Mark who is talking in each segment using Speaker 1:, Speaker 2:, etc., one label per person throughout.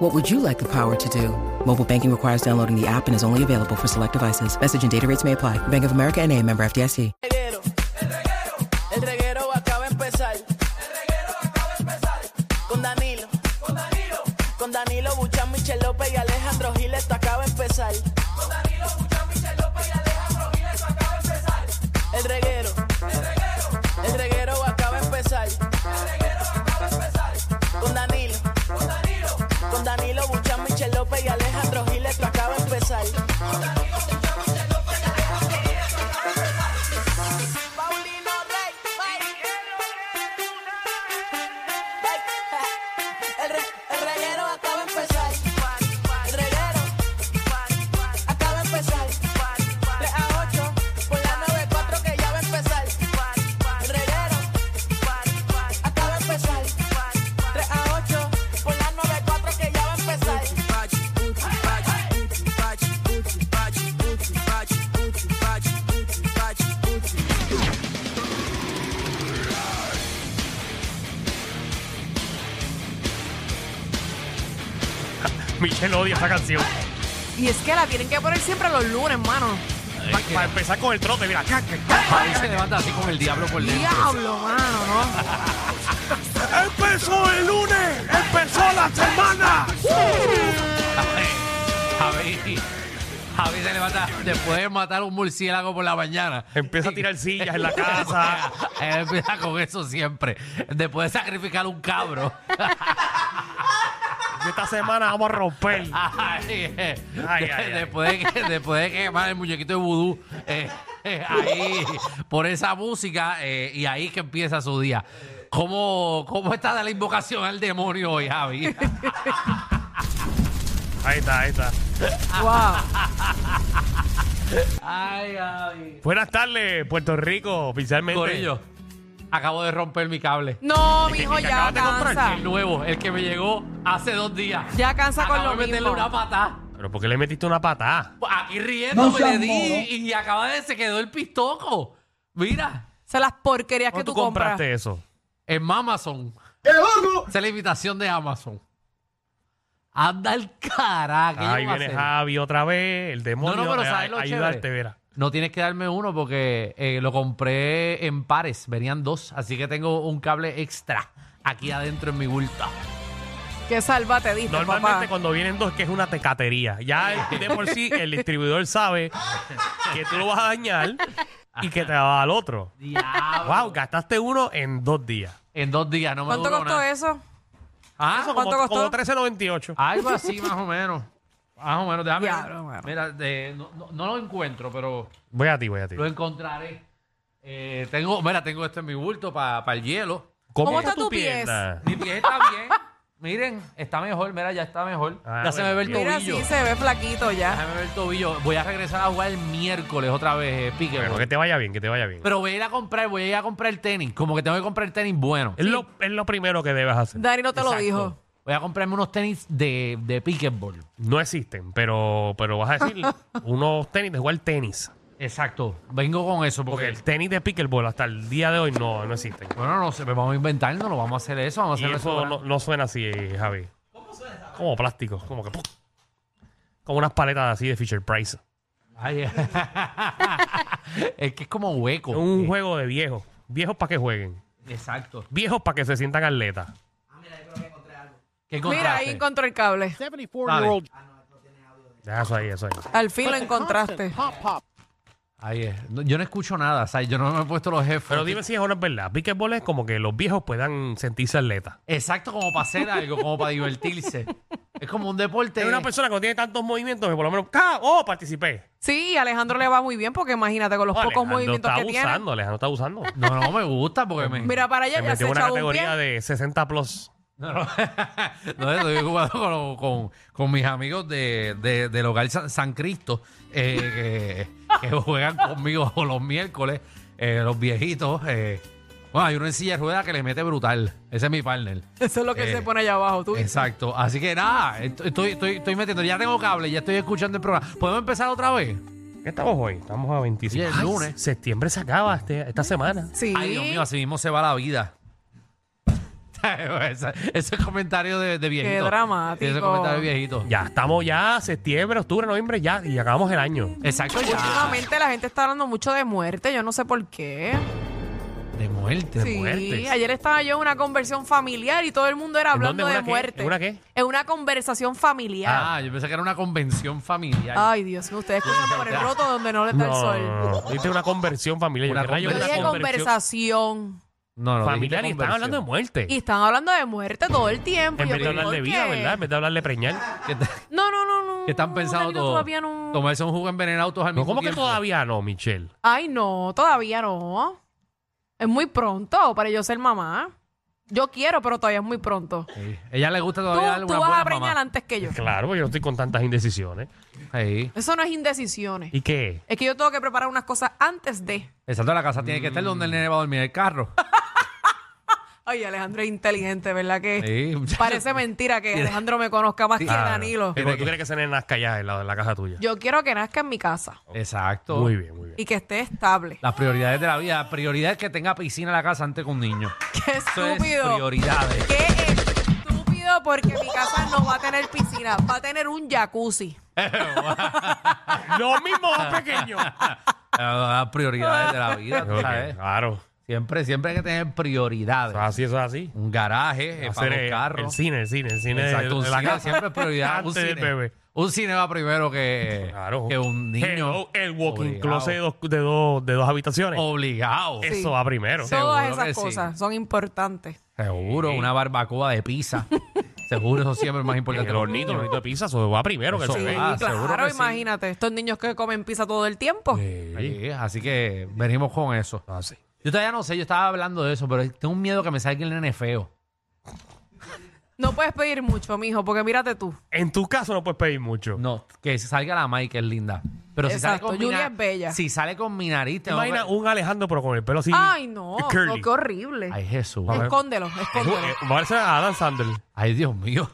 Speaker 1: What would you like the power to do? Mobile banking requires downloading the app and is only available for select devices. Message and data rates may apply. Bank of America and a member FDIC.
Speaker 2: El reguero, el reguero acaba de empezar. Con Danilo, con Danilo Buchan, Michel López y Alejandro Gil, esto acaba de empezar. El reguero, el reguero acaba de empezar. Con Danilo, con Danilo Buchan, Michel López y Alejandro Gil, esto acaba de empezar. Paulino Rey, Rey. El, re, el reguero acaba de empezar. El reguero acaba de empezar. 3 a 8 por la 94 que ya va a empezar. El reguero acaba de empezar. 3 a 8 por la 94 que ya va a empezar.
Speaker 3: Michelle odia esa canción.
Speaker 4: Y es que la tienen que poner siempre los lunes, mano.
Speaker 3: Para empezar con el trote, mira. ca, ca, ca.
Speaker 5: Javi se levanta así con el diablo por dentro.
Speaker 4: Diablo, mano, ¿no?
Speaker 6: Empezó el lunes, empezó la semana.
Speaker 5: Javi, Javi, eh, Javi se levanta después de matar un murciélago por la mañana.
Speaker 3: Empieza a tirar sillas en la casa.
Speaker 5: Él empieza con eso siempre. Después de sacrificar un cabro.
Speaker 3: Y Esta semana vamos a romper.
Speaker 5: Ay, eh,
Speaker 3: Ay,
Speaker 5: de-
Speaker 3: ay, ay.
Speaker 5: después, de que, después de quemar el muñequito de vudú, eh, eh, ahí, por esa música, eh, y ahí que empieza su día. ¿Cómo, cómo está de la invocación al demonio hoy, Javi?
Speaker 3: Ahí está, ahí está. Ah,
Speaker 5: Ay, Javi.
Speaker 3: Buenas tardes, Puerto Rico, oficialmente.
Speaker 5: Corillo, acabo de romper mi cable.
Speaker 4: No,
Speaker 3: que-
Speaker 4: mijo,
Speaker 3: que
Speaker 4: ya
Speaker 3: acabas de comprar
Speaker 4: cansa.
Speaker 5: El nuevo, el que me llegó hace dos días.
Speaker 4: Ya cansa con
Speaker 5: Acabo
Speaker 4: lo
Speaker 5: de meterle
Speaker 4: mismo.
Speaker 5: una patada.
Speaker 3: Pero ¿por qué le metiste una patada?
Speaker 5: Aquí riendo me le di y acaba de se quedó el pistoco. Mira,
Speaker 4: O sea, las porquerías que
Speaker 3: ¿Cómo
Speaker 4: tú
Speaker 3: tú
Speaker 4: compras.
Speaker 3: compraste eso?
Speaker 5: en Amazon. Esa es la invitación de Amazon. Anda el carajo. ¿qué
Speaker 3: Ahí
Speaker 5: yo voy a
Speaker 3: viene
Speaker 5: hacer?
Speaker 3: Javi otra vez, el demonio.
Speaker 5: No, no, pero
Speaker 3: eh,
Speaker 5: ¿sabes lo
Speaker 3: ayudarte,
Speaker 5: chévere?
Speaker 3: verá.
Speaker 5: No tienes que darme uno porque eh, lo compré en pares, venían dos, así que tengo un cable extra aquí adentro en mi bulto.
Speaker 4: Qué salva te diste,
Speaker 3: Normalmente
Speaker 4: papá.
Speaker 3: cuando vienen dos que es una tecatería. Ya el- de por sí el distribuidor sabe que tú lo vas a dañar y que te va al otro.
Speaker 5: Diablo.
Speaker 3: Wow, gastaste uno en dos días.
Speaker 5: En dos días, no me
Speaker 4: ¿Cuánto
Speaker 5: duró
Speaker 4: costó
Speaker 5: nada.
Speaker 4: eso?
Speaker 5: Ah,
Speaker 3: Eso
Speaker 4: ¿Cuánto
Speaker 3: como,
Speaker 4: costó?
Speaker 3: como 13.98.
Speaker 5: Algo así, más o menos. Más o menos, déjame.
Speaker 4: Diablo, mano.
Speaker 5: Mira, de- no, no- no lo encuentro, pero
Speaker 3: Voy a ti, voy a ti.
Speaker 5: lo encontraré. Eh, tengo, mira, tengo esto en mi bulto para el hielo.
Speaker 4: ¿Cómo está tu
Speaker 3: pierna?
Speaker 5: Mi pie está bien. Miren, está mejor, mira, ya está mejor.
Speaker 3: Ah,
Speaker 5: ya se me ve el
Speaker 3: bueno,
Speaker 4: Mira,
Speaker 5: tobillo.
Speaker 4: sí se ve flaquito ya.
Speaker 5: Déjame ver el tobillo. Voy a regresar a jugar el miércoles otra vez, eh, pique.
Speaker 3: Bueno,
Speaker 5: boy.
Speaker 3: que te vaya bien, que te vaya bien.
Speaker 5: Pero voy a ir a comprar, voy a ir a comprar tenis. Como que tengo que comprar tenis bueno.
Speaker 3: es, lo, es lo primero que debes hacer.
Speaker 4: Dari no te lo
Speaker 5: Exacto.
Speaker 4: dijo.
Speaker 5: Voy a comprarme unos tenis de, de pickleball.
Speaker 3: No existen, pero, pero vas a decir unos tenis de jugar tenis.
Speaker 5: Exacto. Vengo con eso
Speaker 3: Porque
Speaker 5: porque
Speaker 3: el tenis de pickleball hasta el día de hoy no, no existen.
Speaker 5: Bueno, no sé, pero vamos a inventarnos, no vamos a hacer eso, vamos a
Speaker 3: Y
Speaker 5: hacer
Speaker 3: eso no, no suena así, eh, Javi. ¿Cómo suena? Como plástico, como que... ¡pum! Como unas paletas así de Fisher Price.
Speaker 5: Ay, es que es como
Speaker 4: Oh.
Speaker 5: hueco.
Speaker 3: Un
Speaker 5: Eh,
Speaker 3: juego de viejos. Viejos para que jueguen.
Speaker 5: Exacto.
Speaker 3: Viejos para que se sientan atletas.
Speaker 5: ¿Qué
Speaker 4: Mira,
Speaker 5: encontraste?
Speaker 4: ahí encontró el cable.
Speaker 5: Dale.
Speaker 3: Deja eso ahí, eso ahí.
Speaker 4: Al fin lo encontraste.
Speaker 5: Ahí es. No, yo no escucho nada, o sea, yo no me he puesto los jefes.
Speaker 3: Pero dime si es o no es verdad. Pickleball es como que los viejos puedan sentirse atletas.
Speaker 5: Exacto, como para hacer algo, como para divertirse. Es como un deporte.
Speaker 3: Es una persona que no tiene tantos movimientos que por lo menos, ¡ca! ¡Oh, participé!
Speaker 4: Sí, Alejandro le va muy bien porque imagínate con los
Speaker 3: Oh,
Speaker 4: pocos
Speaker 3: Alejandro
Speaker 4: movimientos
Speaker 3: está
Speaker 4: que tiene.
Speaker 3: abusando, Alejandro está abusando.
Speaker 5: No, no, me gusta porque me.
Speaker 4: Mira para allá,
Speaker 3: Se
Speaker 4: ya se
Speaker 3: metió en una
Speaker 4: echaba un pie.
Speaker 3: categoría de 60 plus.
Speaker 5: No, no. No, estoy jugando con, lo- con- con mis amigos de, de- del hogar San, San Cristo eh, que, que juegan conmigo los miércoles. eh, los viejitos. eh, bueno, hay uno en silla de ruedas que le mete brutal. Ese es mi partner.
Speaker 4: Eso es lo que
Speaker 5: Eh,
Speaker 4: se pone allá abajo. ¿Tú?
Speaker 5: Exacto. Así que nada, est- estoy, estoy, estoy metiendo. Ya tengo cable, ya estoy escuchando el programa. ¿Podemos empezar otra vez?
Speaker 3: ¿Qué estamos hoy? Estamos a 25.
Speaker 5: Oye, el
Speaker 3: Ay,
Speaker 5: lunes.
Speaker 3: Septiembre se acaba este- esta semana.
Speaker 4: Sí.
Speaker 5: Ay, Dios mío, así mismo se va la vida. ese, ese comentario de, de viejito.
Speaker 4: dramático.
Speaker 5: Ese comentario de viejito.
Speaker 3: Ya estamos ya septiembre, octubre, noviembre, ya y acabamos el año.
Speaker 5: Exacto,
Speaker 3: Ah.
Speaker 5: ya.
Speaker 4: Últimamente la gente está hablando mucho de muerte, yo no sé por qué.
Speaker 5: De muerte, de
Speaker 4: sí,
Speaker 5: muerte.
Speaker 4: ayer estaba yo en una conversión familiar y todo el mundo era
Speaker 3: ¿En
Speaker 4: hablando
Speaker 3: dónde? ¿En
Speaker 4: de
Speaker 3: una qué?
Speaker 4: muerte.
Speaker 3: ¿En una qué?
Speaker 4: En una conversación familiar.
Speaker 5: Ah, yo pensé que era una convención familiar.
Speaker 4: Ay, Dios mío, ustedes escuchan por el roto donde no le está el sol.
Speaker 3: no, Viste una conversión familiar.
Speaker 5: Una
Speaker 3: ¿Qué rayos
Speaker 4: Yo
Speaker 3: es
Speaker 5: una
Speaker 4: dije conversación.
Speaker 5: no, no,
Speaker 3: familiar y
Speaker 5: dijiste
Speaker 3: están hablando de
Speaker 5: conversión.
Speaker 3: muerte.
Speaker 4: Y están hablando de muerte todo el tiempo.
Speaker 3: En
Speaker 4: Yo
Speaker 3: vez de
Speaker 4: digo,
Speaker 3: hablar de
Speaker 4: ¿por
Speaker 3: vida,
Speaker 4: qué?
Speaker 3: ¿verdad? En vez de hablar de preñar.
Speaker 5: Que está-
Speaker 4: No, no, no, no.
Speaker 5: que están
Speaker 4: no,
Speaker 5: pensando
Speaker 4: Danilo,
Speaker 5: todo.
Speaker 4: Todavía no.
Speaker 5: Tomarse un jugo envenenado todos al
Speaker 3: No,
Speaker 5: mismo
Speaker 3: ¿cómo que
Speaker 5: tiempo.
Speaker 3: todavía no, Michelle?
Speaker 4: Ay, no, todavía no. Es muy pronto para yo ser mamá. Yo quiero, pero todavía es muy pronto.
Speaker 5: Sí. Ella le gusta
Speaker 4: Tú,
Speaker 5: todavía darle
Speaker 4: tú
Speaker 5: una
Speaker 4: vas
Speaker 5: buena
Speaker 4: a preñar
Speaker 5: mamá.
Speaker 4: antes que yo.
Speaker 3: Claro, porque yo no estoy con tantas indecisiones.
Speaker 5: Sí.
Speaker 4: Eso no es indecisiones.
Speaker 3: ¿Y qué?
Speaker 4: Es que yo tengo que preparar unas cosas antes de.
Speaker 5: Exacto, la casa tiene que estar donde el nene va a dormir, el carro.
Speaker 4: Ay, Alejandro es inteligente, ¿verdad? Que
Speaker 5: Sí, muchacho.
Speaker 4: parece mentira que Alejandro me conozca más que
Speaker 3: Ah,
Speaker 4: Danilo.
Speaker 3: ¿y por qué tú quieres que se nene nazca ya en la, en la casa tuya?
Speaker 4: Yo quiero que nazca en mi casa
Speaker 5: Exacto.
Speaker 3: Muy bien, muy bien.
Speaker 4: y que esté estable.
Speaker 5: Las prioridades de la vida. Prioridad es que tenga piscina en la casa antes que un niño.
Speaker 4: Qué
Speaker 5: Eso es
Speaker 4: estúpido.
Speaker 5: prioridades.
Speaker 4: Qué estúpido porque mi casa no va a tener piscina, va a tener un jacuzzi.
Speaker 3: Lo mismo más pequeño.
Speaker 5: Las prioridades de la vida, tú sabes.
Speaker 3: Claro.
Speaker 5: Siempre, siempre hay que tener
Speaker 3: Eso
Speaker 5: prioridades.
Speaker 3: es así, eso es así.
Speaker 5: Un garaje, eh, para
Speaker 3: eh,
Speaker 5: los carros.
Speaker 3: el cine, el cine, el cine. de-
Speaker 5: Exacto, un
Speaker 3: de la
Speaker 5: cine
Speaker 3: casa.
Speaker 5: siempre es prioridad. un,
Speaker 3: Antes del
Speaker 5: cine.
Speaker 3: bebé.
Speaker 5: un cine va primero que,
Speaker 3: Claro.
Speaker 5: Eh, que un niño.
Speaker 3: Hello, el walking
Speaker 5: Obligado.
Speaker 3: closet de dos, de dos, de dos habitaciones.
Speaker 5: Obligado.
Speaker 3: Eso
Speaker 4: Sí.
Speaker 3: va primero.
Speaker 5: Sí.
Speaker 4: Todas
Speaker 5: Seguro que
Speaker 4: esas
Speaker 5: sí.
Speaker 4: cosas son importantes.
Speaker 5: Seguro, una barbacoa de pizza. Seguro, eso siempre es más importante.
Speaker 3: El hornito, el hornito de pizza, eso va primero que el
Speaker 5: Eso
Speaker 3: bebé.
Speaker 5: va. Ah, seguro
Speaker 4: claro,
Speaker 5: que sí.
Speaker 4: imagínate, estos niños que comen pizza todo el tiempo.
Speaker 3: Sí.
Speaker 5: Sí, así que venimos con eso.
Speaker 3: Ah, sí.
Speaker 5: Yo todavía no sé, yo estaba hablando de eso, pero tengo un miedo que me salga el nene feo.
Speaker 4: No puedes pedir mucho, mijo, porque mírate tú.
Speaker 3: En tu caso no puedes pedir mucho.
Speaker 5: No, que salga la Mike, que es linda. Pero si sale
Speaker 4: Exacto,
Speaker 5: con mi
Speaker 4: Julia
Speaker 5: na-
Speaker 4: es bella.
Speaker 5: Si sale con mi nariz, tengo
Speaker 3: Imagina
Speaker 5: que-
Speaker 3: un Alejandro, pero con el pelo así. eh,
Speaker 4: Ay, no,
Speaker 3: curly.
Speaker 4: no, qué horrible.
Speaker 5: Ay, Jesús.
Speaker 4: escóndelo,
Speaker 3: Eh,
Speaker 4: escóndelo.
Speaker 3: eh, Parece a Adam Sandler.
Speaker 5: Ay, Dios mío.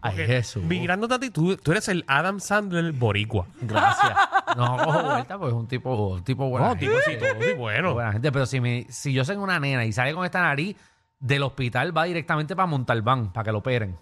Speaker 5: Ay, Jesús.
Speaker 3: Eh, Mirándote a ti, tú, tú eres el Adam Sandler boricua.
Speaker 5: Gracias. No cojo vuelta porque es un tipo, un tipo bueno.
Speaker 3: No, tipo sí, tipo sí, bueno.
Speaker 5: buena gente. Pero si, me, si yo soy una nena y sale con esta nariz, del hospital va directamente para Montalbán, para que lo operen.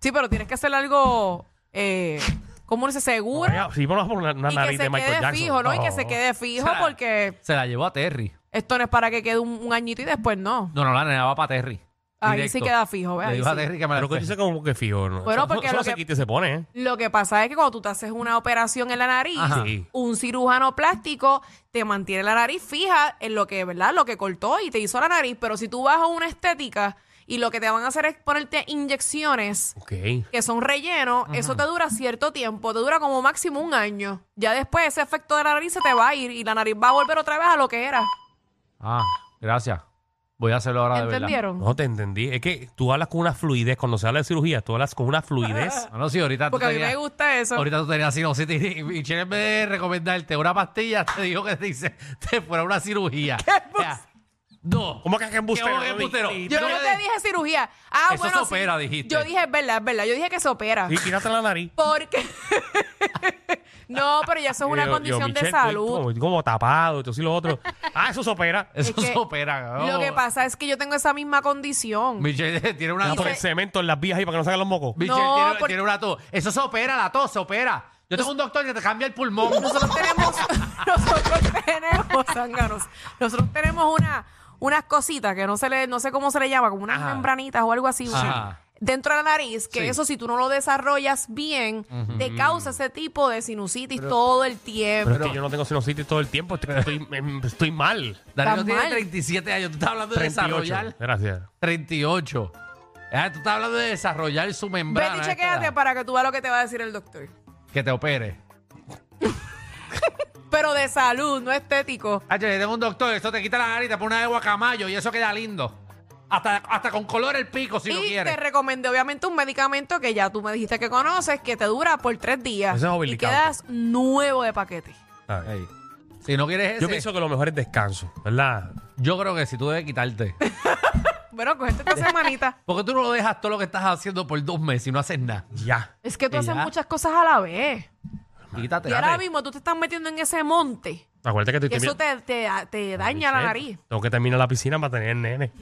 Speaker 4: Sí, pero tienes que hacer algo, eh, ¿cómo no se seguro?
Speaker 3: Oiga, Sí, vamos por una, una
Speaker 4: y que
Speaker 3: nariz
Speaker 4: se
Speaker 3: de Michael
Speaker 4: quede
Speaker 3: Jackson.
Speaker 4: fijo, ¿no? Y que
Speaker 3: Oh.
Speaker 4: se quede fijo
Speaker 5: O sea,
Speaker 4: porque
Speaker 5: Se la llevó a Terry.
Speaker 4: esto no es para que quede un, un añito y después no.
Speaker 5: No, no, la nena va para Terry.
Speaker 4: Ahí
Speaker 5: Directo.
Speaker 4: sí queda fijo, ¿ves?
Speaker 5: Le
Speaker 4: Ahí
Speaker 5: dijo a
Speaker 4: sí.
Speaker 5: Terry que me la
Speaker 3: Pero que dice como que fijo, ¿no?
Speaker 4: Bueno,
Speaker 3: Eso-
Speaker 4: porque
Speaker 3: eso
Speaker 4: lo
Speaker 3: no se
Speaker 4: que-
Speaker 3: quita y se pone, ¿eh?
Speaker 4: Lo que pasa es que cuando tú te haces una operación en la nariz,
Speaker 5: Ajá.
Speaker 3: Sí.
Speaker 4: un cirujano plástico te mantiene la nariz fija en lo que, ¿verdad? Lo que cortó y te hizo la nariz, pero si tú vas a una estética y lo que te van a hacer es ponerte inyecciones
Speaker 3: Ok.
Speaker 4: que son relleno, eso te dura cierto tiempo, te dura como máximo un año. Ya después ese efecto de la nariz se te va a ir y la nariz va a volver otra vez a lo que era.
Speaker 5: Ah, gracias. Voy a hacerlo ahora de verdad.
Speaker 4: ¿Entendieron?
Speaker 3: No te entendí. Es que tú hablas con una fluidez. Cuando se habla de cirugía, tú hablas con una fluidez.
Speaker 5: No, no, sí, ahorita
Speaker 4: Porque
Speaker 5: tú
Speaker 4: a mí
Speaker 5: tenías,
Speaker 4: me gusta eso.
Speaker 5: ahorita tú tenías sinusitis y Michelle en vez de recomendarte una pastilla, te dijo que te dice, te fuera una cirugía.
Speaker 4: embustero?
Speaker 5: Ya. No.
Speaker 3: ¿Cómo que qué embustero?
Speaker 5: ¿Cómo que embustero?
Speaker 3: Y-
Speaker 4: Yo no
Speaker 5: No,
Speaker 4: te dije cirugía. Ah,
Speaker 5: Eso
Speaker 4: bueno,
Speaker 5: se
Speaker 4: sí.
Speaker 5: opera, dijiste.
Speaker 4: Yo dije, es verdad, es verdad. Yo dije que se opera.
Speaker 3: Y quítate la nariz.
Speaker 4: Porque. no, pero ya eso es una
Speaker 3: Yo- yo,
Speaker 4: condición
Speaker 3: Michelle,
Speaker 4: de
Speaker 3: tú-
Speaker 4: salud.
Speaker 3: tú Como, como tapado, esto sí lo otro. Ah, eso se opera.
Speaker 5: Eso
Speaker 4: Es que-
Speaker 5: se opera, cabrón.
Speaker 4: Lo que pasa es que yo tengo esa misma condición.
Speaker 5: Michelle tiene una
Speaker 3: Ah,
Speaker 5: tos.
Speaker 3: por el cemento en las vías ahí para que no salgan los mocos.
Speaker 5: Michelle
Speaker 4: No,
Speaker 5: tiene,
Speaker 4: por-
Speaker 5: tiene una tos. Eso se opera, la tos se opera. Yo tengo un doctor que te cambia el pulmón.
Speaker 4: Nosotros tenemos. nosotros tenemos, zánganos. Nosotros tenemos una, unas cositas que no se le, no sé cómo se le llama, como unas
Speaker 5: Ajá.
Speaker 4: membranitas o algo así.
Speaker 5: Ajá.
Speaker 4: Dentro de la nariz, que
Speaker 5: Sí.
Speaker 4: eso si tú no lo desarrollas bien, te causa ese tipo de sinusitis todo el tiempo.
Speaker 3: Pero es que yo no tengo sinusitis todo el tiempo. Estoy, estoy, em, estoy mal.
Speaker 5: Danilo
Speaker 4: Está
Speaker 5: tiene
Speaker 4: mal.
Speaker 5: 37 años. Tú estás hablando de
Speaker 3: 38.
Speaker 5: desarrollar.
Speaker 3: Gracias.
Speaker 5: 38. Ah, tú estás hablando de desarrollar su
Speaker 4: Vete
Speaker 5: membrana.
Speaker 4: y
Speaker 5: a esta
Speaker 4: chequeate
Speaker 5: edad.
Speaker 4: para que tú veas lo que te va a decir el doctor.
Speaker 5: Que te opere.
Speaker 4: Pero de salud, no estético.
Speaker 5: Ah, yo tengo un doctor, eso te quita la nariz, te pone una de guacamayo y eso queda lindo. Hasta, hasta con color el pico, si lo
Speaker 4: y te
Speaker 5: quieres.
Speaker 4: recomendé obviamente un medicamento que ya tú me dijiste que conoces, que te dura por tres días.
Speaker 3: Ese es
Speaker 4: y
Speaker 3: Obilicante.
Speaker 4: quedas nuevo de paquete.
Speaker 3: Ah,
Speaker 5: Ey. Si no quieres ese,
Speaker 3: Yo pienso que lo mejor es descanso, ¿verdad?
Speaker 5: yo creo que si tú debes quitarte.
Speaker 4: Bueno, cogete esta semanita.
Speaker 5: Porque tú no lo dejas todo lo que estás haciendo por dos meses y no haces nada.
Speaker 3: Ya.
Speaker 4: Es que tú
Speaker 5: Y
Speaker 4: haces
Speaker 5: ya.
Speaker 4: muchas cosas a la vez.
Speaker 5: Quítate.
Speaker 4: Y ahora
Speaker 5: date.
Speaker 4: mismo tú te estás metiendo en ese monte.
Speaker 3: Acuérdate que
Speaker 4: Que
Speaker 3: estoy
Speaker 4: eso te, te, te daña la nariz.
Speaker 3: Tengo que terminar la piscina para tener el nene.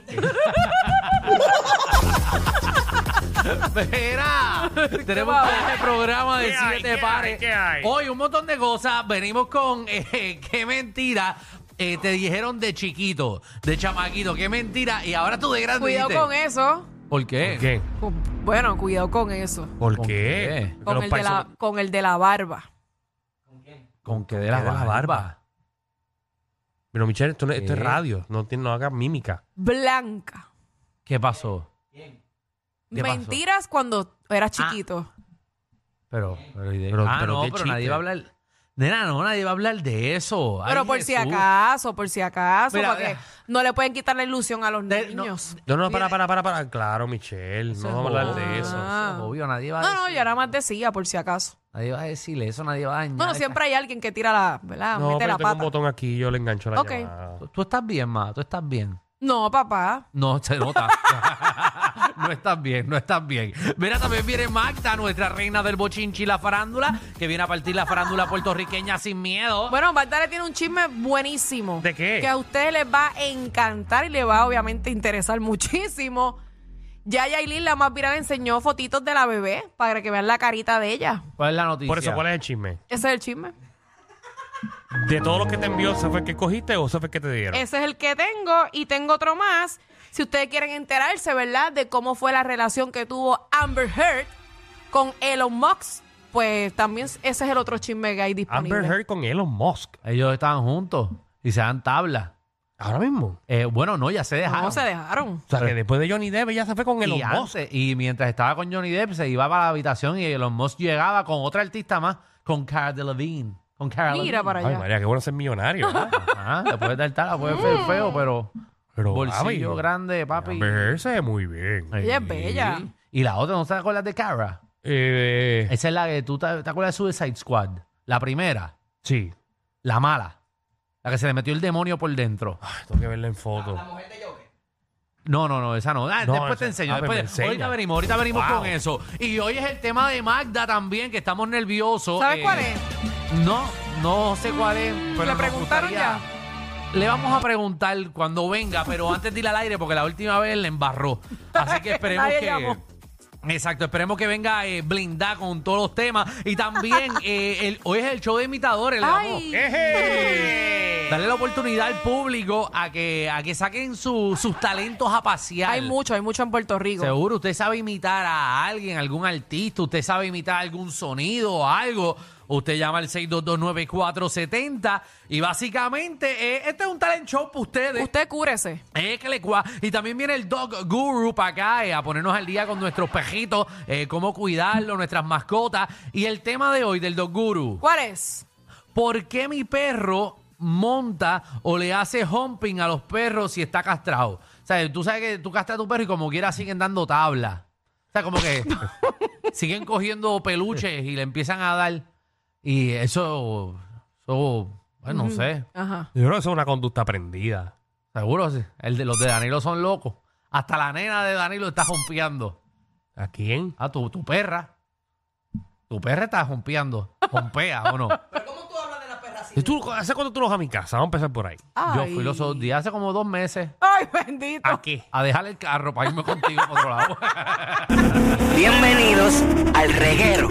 Speaker 5: Mira, tenemos
Speaker 4: pasó?
Speaker 5: todo este programa de
Speaker 3: ¿Qué hay?
Speaker 5: siete
Speaker 3: ¿Qué
Speaker 5: pares.
Speaker 3: hay? ¿Qué hay?
Speaker 5: Hoy un montón de cosas. Venimos con eh, qué mentira eh, te dijeron de chiquito, de chamaquito, qué mentira. Y ahora tú de grande.
Speaker 4: Cuidado
Speaker 5: dijiste,
Speaker 4: con eso.
Speaker 5: ¿Por qué?
Speaker 3: ¿Por qué?
Speaker 4: Con- Bueno, cuidado con eso.
Speaker 3: ¿Por
Speaker 5: ¿Con qué?
Speaker 3: qué? Porque
Speaker 4: Con
Speaker 3: los
Speaker 4: el, de
Speaker 3: países-
Speaker 4: la, con el de la barba.
Speaker 5: ¿Con qué de
Speaker 3: ¿Qué
Speaker 5: la,
Speaker 3: de la
Speaker 5: barba?
Speaker 3: barba? Pero Michelle, esto, no- esto es
Speaker 5: ¿Qué?
Speaker 3: radio, no, tiene, no hagas mímica.
Speaker 4: Blanca.
Speaker 5: ¿Qué pasó? ¿Qué pasó? Ah,
Speaker 4: Mentiras cuando eras chiquito.
Speaker 5: Pero, pero, ¿y de-
Speaker 3: Pero-
Speaker 5: ah,
Speaker 3: pero
Speaker 5: no,
Speaker 3: qué
Speaker 5: pero nadie
Speaker 3: chiste.
Speaker 5: va a hablar. Nena, no, nadie va a hablar de eso. Ay,
Speaker 4: Pero por si
Speaker 5: Jesús.
Speaker 4: acaso, por si acaso,
Speaker 5: Mira,
Speaker 4: porque
Speaker 5: mira.
Speaker 4: no le pueden quitar la ilusión a los
Speaker 5: De- no,
Speaker 4: niños.
Speaker 3: No, no, para, para, para, para. Claro, Michelle, no vamos a hablar de eso.
Speaker 5: Eso es Obvio, nadie va
Speaker 4: No,
Speaker 5: a
Speaker 4: no,
Speaker 5: decir,
Speaker 4: yo nada más decía, por si acaso.
Speaker 5: nadie va a decir eso, nadie va a dañar.
Speaker 4: Bueno, siempre hay alguien que tira la, ¿verdad?
Speaker 3: No,
Speaker 4: Mete
Speaker 3: pero
Speaker 4: la
Speaker 3: tengo un
Speaker 4: pata.
Speaker 3: botón aquí, yo le engancho la
Speaker 4: Ok.
Speaker 3: llamada.
Speaker 5: Tú- Tú estás bien, ma, tú estás bien.
Speaker 4: No, papá.
Speaker 5: No, se nota. no estás bien, no estás bien. Mira, también viene Magda, nuestra reina del bochinchi y la farándula, que viene a partir la farándula puertorriqueña sin miedo.
Speaker 4: Bueno, Marta le tiene un chisme buenísimo.
Speaker 3: ¿De qué?
Speaker 4: Que a ustedes les va a encantar y les va obviamente a interesar muchísimo. Ya Yailin, la más viral, enseñó fotitos de la bebé para que vean la carita de ella.
Speaker 5: ¿Cuál es la noticia?
Speaker 3: Por eso, ¿cuál es el chisme?
Speaker 4: Ese es el chisme.
Speaker 3: ¿De todos los que te envió, ese fue el que cogiste o ese fue el que te dieron?
Speaker 4: Ese es el que tengo y tengo otro más. Si ustedes quieren enterarse, ¿verdad? De cómo fue la relación que tuvo Amber Heard con Elon Musk, pues también ese es el otro chisme que hay disponible.
Speaker 3: Amber Heard con Elon Musk.
Speaker 5: Ellos estaban juntos y se dan tabla.
Speaker 3: Ahora mismo.
Speaker 5: Eh, bueno, no, ya se dejaron.
Speaker 4: No se dejaron.
Speaker 3: O sea, que después de Johnny Depp ya se fue con Elon
Speaker 5: y,
Speaker 3: Musk.
Speaker 5: antes, y mientras estaba con Johnny Depp, se iba para la habitación y Elon Musk llegaba con otra artista más, con Cara Delevingne. Con Cara
Speaker 4: Mira para
Speaker 3: Ay,
Speaker 4: allá.
Speaker 3: María, qué bueno ser millonario. ¿verdad?
Speaker 5: Ajá, le puedes dar tala, puede ser
Speaker 4: Mm.
Speaker 5: feo, pero...
Speaker 3: Pero,
Speaker 5: bolsillo
Speaker 3: papi,
Speaker 5: grande, papi.
Speaker 3: Amber Heard se ve muy bien.
Speaker 4: Ella es bella.
Speaker 5: Y la otra, ¿no te acuerdas de Cara?
Speaker 3: Eh,
Speaker 5: Esa es la que tú te, te acuerdas de Suicide Squad. La primera,
Speaker 3: sí.
Speaker 5: la mala. La que se le metió el demonio por dentro.
Speaker 3: Ay, tengo que verla en foto.
Speaker 5: No, no, no, esa no. Ah,
Speaker 3: No,
Speaker 5: después
Speaker 3: esa-
Speaker 5: te enseño.
Speaker 3: ah, pues
Speaker 5: después-
Speaker 3: me enseña.
Speaker 5: ahorita venimos, ahorita venimos
Speaker 3: Wow.
Speaker 5: con eso. Y hoy es el tema de Magda también, que estamos nerviosos.
Speaker 4: ¿Sabes
Speaker 5: Eh,
Speaker 4: cuál es? Mm,
Speaker 5: No, no sé cuál es. Pero
Speaker 4: ¿Le
Speaker 5: nos
Speaker 4: preguntaron
Speaker 5: gustaría- Le vamos a preguntar cuando venga, pero antes dile al aire porque la última vez le embarró. Así que esperemos
Speaker 4: Nadie
Speaker 5: que.
Speaker 4: llamó.
Speaker 5: Exacto, esperemos que venga eh, blindada con todos los temas. Y también, eh, el- hoy es el show de imitadores. le vamos-
Speaker 4: Ay.
Speaker 3: ¡Eje!
Speaker 5: Dale la oportunidad al público a que, a que saquen su- sus talentos a pasear.
Speaker 4: Hay mucho, hay mucho en Puerto Rico.
Speaker 5: Seguro, usted sabe imitar a alguien, algún artista, usted sabe imitar algún sonido o algo. Usted llama al 6229470 y básicamente eh, este es un talent show para ustedes.
Speaker 4: Usted cúrese.
Speaker 5: Eh, que le cua- Y también viene el Dog Guru para acá eh, a ponernos al día con nuestros pejitos, eh, cómo cuidarlos, nuestras mascotas. Y el tema de hoy del Dog Guru.
Speaker 4: ¿Cuál es?
Speaker 5: ¿Por qué mi perro monta o le hace humping a los perros si está castrado? O sea, tú sabes que tú castras a tu perro y como quiera siguen dando tabla. O sea, como que siguen cogiendo peluches y le empiezan a dar. Y eso, eso, bueno, no sé.
Speaker 4: Ajá.
Speaker 3: Yo creo que eso es una conducta aprendida.
Speaker 5: Seguro, sí. El de, los de Danilo son locos. Hasta la nena de Danilo está jompeando.
Speaker 3: ¿A quién?
Speaker 5: Ah, tu, tu perra. Tu perra está jompeando. Jompea, ¿o no?
Speaker 3: ¿Y ¿Tú, ¿Hace cuánto tú no vas a mi casa? Vamos a empezar por ahí.
Speaker 5: Yo fui los otros días, hace como dos meses,
Speaker 4: Ay, bendito.
Speaker 3: ¿A qué?
Speaker 5: a dejar el carro para irme contigo para otro lado.
Speaker 2: Bienvenidos al reguero.